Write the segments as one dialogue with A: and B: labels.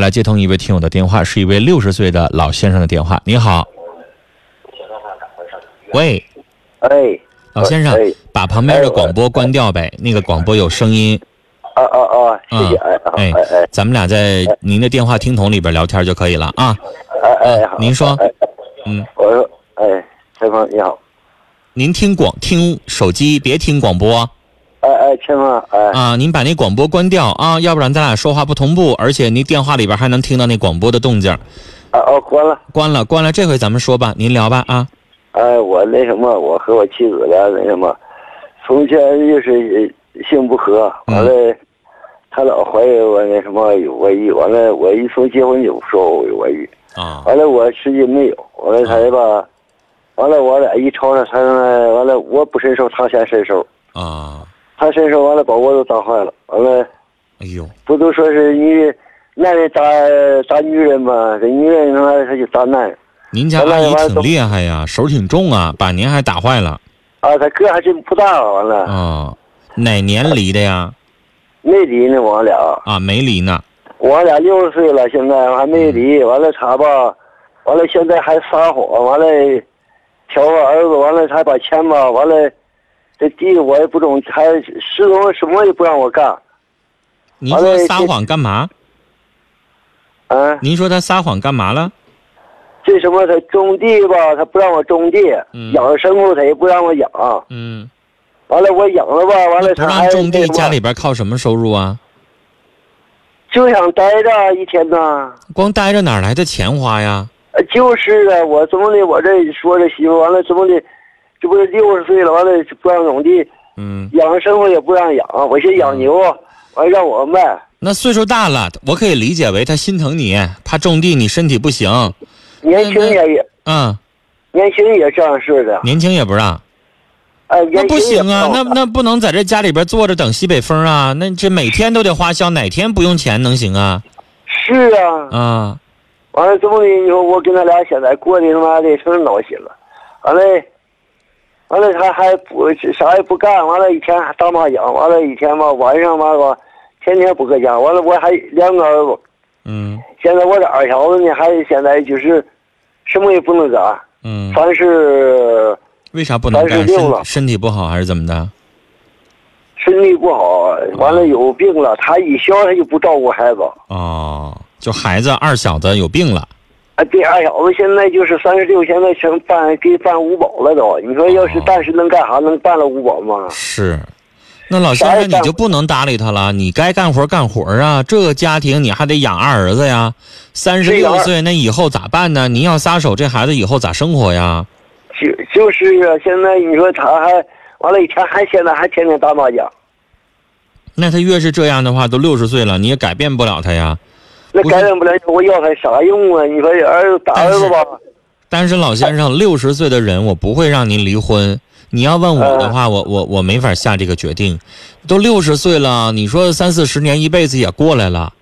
A: 来接通一位听友的电话，是一位六十岁的老先生的电话。您好，喂，
B: 哎，
A: 老先生
B: 哎，
A: 把旁边的广播关掉呗，那个广播有声音。
B: 哦
A: 啊
B: 哦哦，谢谢，哎哎哎
A: 咱们俩在您的电话听筒里边聊天就可以了啊。
B: 哎哎，好，
A: 您说，
B: 哎，
A: 嗯，
B: 我说，哎，陈峰你好，
A: 您听广听手机，别听广播
B: 哎哎，陈峰，哎
A: 啊。您把那广播关掉啊，要不然咱俩说话不同步，而且您电话里边还能听到那广播的动静儿。
B: 哎哦，关了，
A: 关了，关了，这回咱们说吧，您聊吧啊。
B: 哎，我那什么，我和我妻子俩那什么，从前就是呃性不和，完了，
A: 嗯
B: 她老怀疑我那什么有外遇，完了我一从结婚就说我有外遇，
A: 啊，
B: 完了我实际没有，完了她吧，完了我俩一吵吵，她完了我不伸手，她先伸手，
A: 啊，
B: 她伸手完了把我都打坏了，完了。
A: 哎呦，
B: 不都说是你男人打打女人嘛，这女人他妈她就打男人
A: 您家阿姨挺厉害呀，手挺重啊，把您还打坏了
B: 啊，他个还真不大，完了、
A: 啊。哪年离的呀？
B: 没离呢，我俩，
A: 啊，没离呢。
B: 我俩六十岁了，现在还没离，完了他吧，完了现在还撒谎，完了挑我儿子，完了还把钱吧，完了这地我也不懂，还始终什么也不让我干，
A: 您说撒谎干嘛？
B: 啊，
A: 您说他撒谎干嘛了？
B: 这什么他种地吧，他不让我种地，
A: 嗯
B: 养牲口他也不让我养，
A: 嗯，
B: 完了我养了吧，完了
A: 不
B: 他还
A: 让种
B: 那
A: 地，
B: 什么
A: 家里边靠什么收入啊？
B: 就想待着一天呐。
A: 光待着哪来的钱花呀？
B: 呃就是啊，我怎么的，我这说这媳妇完了怎么的，这不是六十岁了，完了不让种地，
A: 嗯，
B: 养生活也不让养，我先养牛，完了让我卖。
A: 那岁数大了，我可以理解为他心疼你，怕种地你身体不行。
B: 年轻人也
A: 嗯，
B: 年轻人也这样似的，
A: 年轻也不让，
B: 哎，
A: 那
B: 年
A: 不
B: 轻人
A: 行
B: 也
A: 啊，
B: 不
A: 那
B: 让
A: 那不能在这家里边坐着等西北风啊，那这每天都得花销，哪天不用钱能行啊？
B: 是啊，
A: 啊，
B: 完了怎么的，以后我跟他俩现在过的他妈的成闹心了，完了。完了，他还不啥也不干，完了，一天还打麻将，完了，一天吧，晚上吧，吧，天天不搁家，完了，我还两个儿子，
A: 嗯
B: 现在我这二小子呢，还是现在就是什么也不能干，
A: 嗯，
B: 凡是
A: 为啥不能
B: 三
A: 干？
B: 十六
A: 身
B: 了
A: 身体不好还是怎么的？
B: 身体不好，完了有病了，他一小他就不照顾孩子。
A: 哦，就孩子二小子有病了，
B: 啊，这二小子现在就是三十六，现在成办给办五保了都。你说要是
A: 哦
B: 但是能干啥？能办了五保吗？
A: 是。那老先
B: 啥也
A: 生，你
B: 干
A: 就不能搭理他了，你该干活干活啊！这个家庭你还得养二儿子呀，三十
B: 对养
A: 六
B: 二
A: 岁那以后咋办呢？您要撒手，这孩子以后咋生活呀？
B: 就就是啊，现在你说他还完了，以前还现在还天天打麻将，
A: 那他越是这样的话，都六十岁了，你也改变不了他呀。
B: 那
A: 不是
B: 改变不了，我要他啥用啊？你说儿子打
A: 但
B: 儿
A: 是
B: 子吧，
A: 但是老先生，六十岁的人，我不会让您离婚。你要问我的
B: 呃
A: 话，我我我没法下这个决定。都六十岁了，你说三四十年一辈子也过来了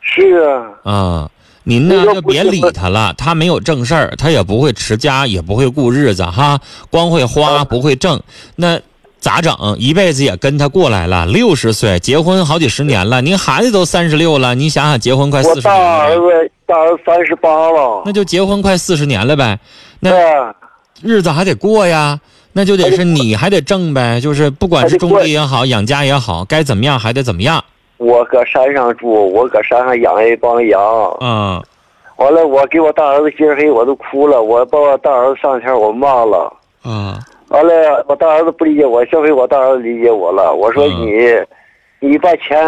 B: 是啊，
A: 啊。您呢
B: 那就
A: 就
B: 不
A: 别
B: 是
A: 理
B: 不
A: 他了，他没有正事儿，他也不会持家，也不会顾日子哈，光会花
B: 嗯
A: 不会挣，那咋整？一辈子也跟他过来了，六十岁结婚好几十年了，您孩子都三十六了，您想想结婚快
B: 我
A: 四十年
B: 大儿
A: 了，
B: 子大儿子三十八了，
A: 那就结婚快四十年了呗。那
B: 对啊。
A: 日子还得过呀，那就得是你还得挣呗，就是不管是种地也好，养家也好，该怎么样还得怎么样。
B: 我搁山上住，我搁山上养一帮羊。
A: 嗯，
B: 完了，我给我大儿子今儿黑我都哭了，我把我大儿子上天我骂了。
A: 啊，
B: 完了，我大儿子不理解我，这回我大儿子理解我了。我说
A: 嗯
B: 你，你把钱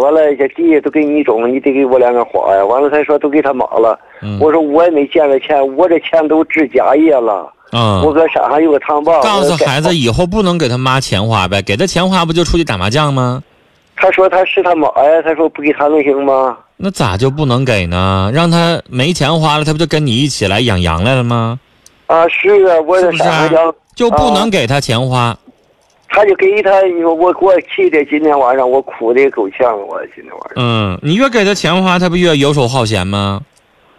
B: 完了这地都给你种，你得给我两个花呀。完了，他说都给他妈了。
A: 嗯
B: 我说我也没见着钱，我这钱都置家业了。我
A: 嗯，
B: 搁山上有个汤坝。
A: 告诉
B: 我给
A: 孩子以后不能给他妈钱花呗，给他钱花不就出去打麻将吗？
B: 他说他是他妈呀，他说不给他能行吗？
A: 那咋就不能给呢？让他没钱花了，他不就跟你一起来养羊来了吗？
B: 啊，是啊，我
A: 是
B: 在
A: 不是
B: 山
A: 啊
B: 上养。
A: 就不能给他钱花，
B: 他就给他，你说我给我气的，今天晚上我哭的够呛，我今天晚上。
A: 嗯，你越给他钱花，他不越游手好闲吗？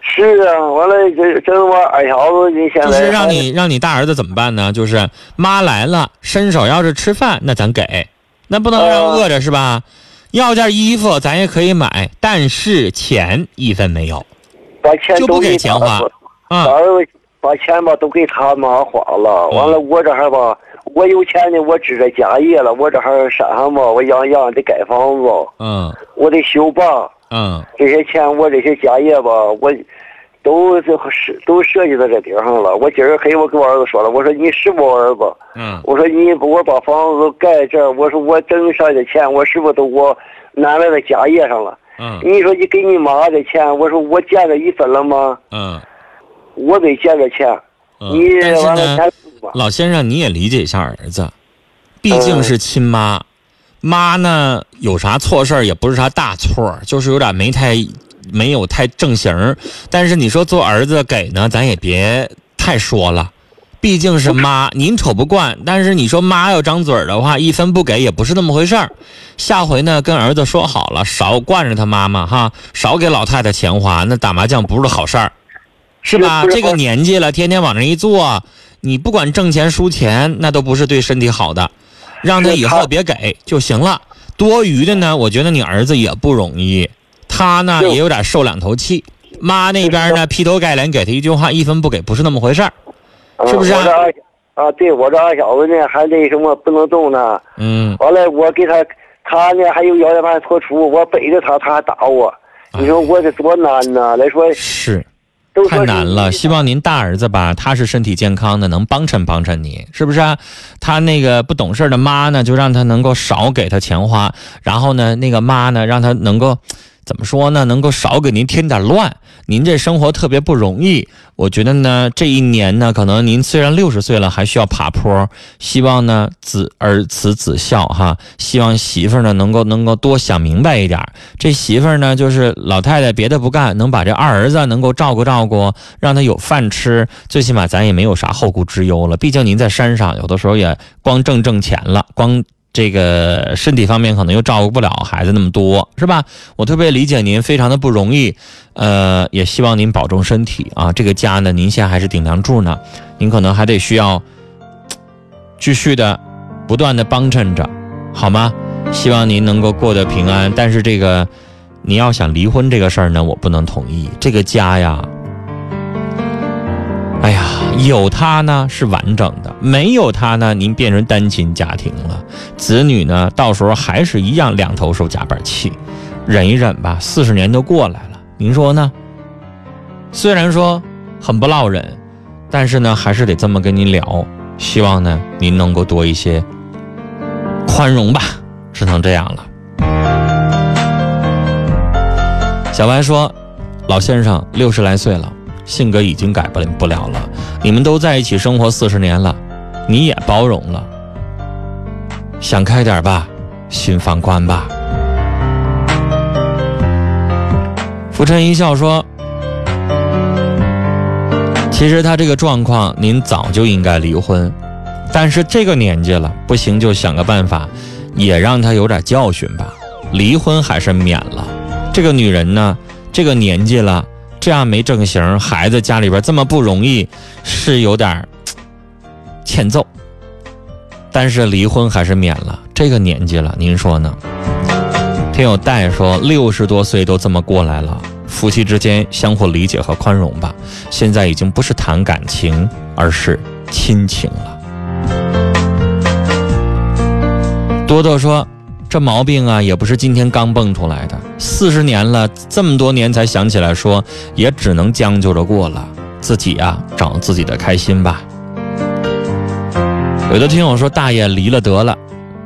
B: 是啊，完了这真我二小子，你现在
A: 就是
B: 还
A: 让你让你大儿子怎么办呢？就是妈来了，伸手要是吃饭，那咱给，那不能让
B: 呃
A: 饿着是吧？要件衣服咱也可以买，但是钱一分没有。
B: 把钱
A: 就
B: 都
A: 不给
B: 给
A: 钱
B: 他
A: 花
B: 了
A: 啊嗯
B: 把儿子把钱吧都给他妈花了，完了我这还吧，我有钱呢，我指着家业了，我这还山上吧，我养羊得盖房子，
A: 嗯
B: 我得修坝，
A: 嗯
B: 这些钱我这些家业吧，我都是都设计到这顶上了。我今儿黑我跟我儿子说了，我说你是不我儿子？
A: 嗯
B: 我说你我把房子盖这儿，我说我挣上的钱，我是不是都我拿来的家业上了？
A: 嗯
B: 你说你给你妈的钱，我说我见着一分了吗？
A: 嗯
B: 我没见着钱，
A: 嗯。
B: 你
A: 但是
B: 完
A: 呢
B: 了，钱不管
A: 老先生，你也理解一下儿子，毕竟是亲妈，妈呢有啥错事儿也不是啥大错儿，就是有点没太没有太正形儿。但是你说做儿子给呢，咱也别太说了，毕竟是妈，您瞅不惯。但是你说妈要张嘴儿的话，一分不给也不是那么回事儿。下回呢，跟儿子说好了，少惯着他妈妈哈，少给老太太钱花，那打麻将不是好事儿。是吧？
B: 是不
A: 这
B: 是
A: 个年纪了，天天往那一坐，你不管挣钱输钱，那都不是对身体好的。让他
B: 是
A: 以
B: 他
A: 后别给就行了。多余的呢，我觉得你儿子也不容易，他呢
B: 是
A: 也有点受两头气。妈那边
B: 是
A: 呢劈头盖脸给他一句话，一分不给，不是那么回事儿。是不是啊
B: 啊？我这二啊，对我这二小子呢，还那什么不能动呢。
A: 嗯，
B: 完了，我给他，他呢还有摇篮盘托出，我背着他，他还打我。你说我得多难呐？来说
A: 是
B: 都说
A: 哎太
B: 是
A: 难了。希望您大儿子吧，他是身体健康的，能帮衬帮衬你，是不是、啊？他那个不懂事儿的妈呢，就让他能够少给他钱花，然后呢，那个妈呢，让他能够。怎么说呢？能够少给您添点乱，您这生活特别不容易。我觉得呢，这一年呢，可能您虽然六十岁了，还需要爬坡。希望呢，子儿子子孝哈，希望媳妇儿呢能够能够多想明白一点儿。这媳妇儿呢，就是老太太，别的不干，能把这二儿子能够照顾照顾，让他有饭吃，最起码咱也没有啥后顾之忧了。毕竟您在山上，有的时候也光挣挣钱了，光这个身体方面可能又照顾不了孩子那么多，是吧？我特别理解您，非常的不容易，呃，也希望您保重身体啊。这个家呢，您现在还是顶梁柱呢，您可能还得需要嘖继续的、不断的帮衬着，好吗？希望您能够过得平安。但是这个，你要想离婚这个事儿呢，我不能同意。这个家呀，哎呀，有他呢是完整的，没有他呢，您变成单亲家庭了，子女呢到时候还是一样两头受夹板气，忍一忍吧，四十年都过来了，您说呢？虽然说很不落忍，但是呢，还是得这么跟您聊。希望呢，您能够多一些宽容吧，只能这样了。小白说：“老先生六十来岁了，性格已经改不了不了了。你们都在一起生活四十年了，你也包容了，想开点吧，心放宽吧。”浮沉一笑说：“其实他这个状况，您早就应该离婚，但是这个年纪了，不行就想个办法，也让他有点教训吧。离婚还是免了。这个女人呢，这个年纪了，这样没正形，孩子家里边这么不容易，是有点儿嘖欠揍。但是离婚还是免了，这个年纪了，您说呢？听友戴说，六十多岁都这么过来了，夫妻之间相互理解和宽容吧。现在已经不是谈感情，而是亲情了。多多说：“这毛病啊，也不是今天刚蹦出来的，四十年了，这么多年才想起来说，也只能将就着过了。自己啊，找自己的开心吧。”有的听友说：“大爷离了得了。”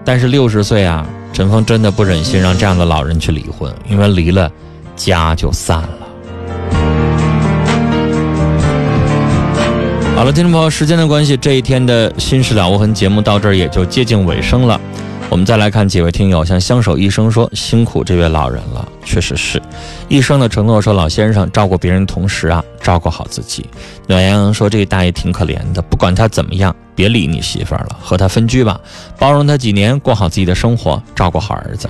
A: 但是六十岁啊，陈峰真的不忍心让这样的老人去离婚，因为离了，家就散了。好了，听众朋友，时间的关系，这一天的《新事了无痕》节目到这儿也就接近尾声了。我们再来看几位听友，像相守一生说辛苦这位老人了，确实是。一生的承诺说老先生照顾别人的同时啊，照顾好自己。暖洋洋说这个大爷挺可怜的，不管他怎么样，别理你媳妇儿了，和他分居吧，包容他几年，过好自己的生活，照顾好儿子。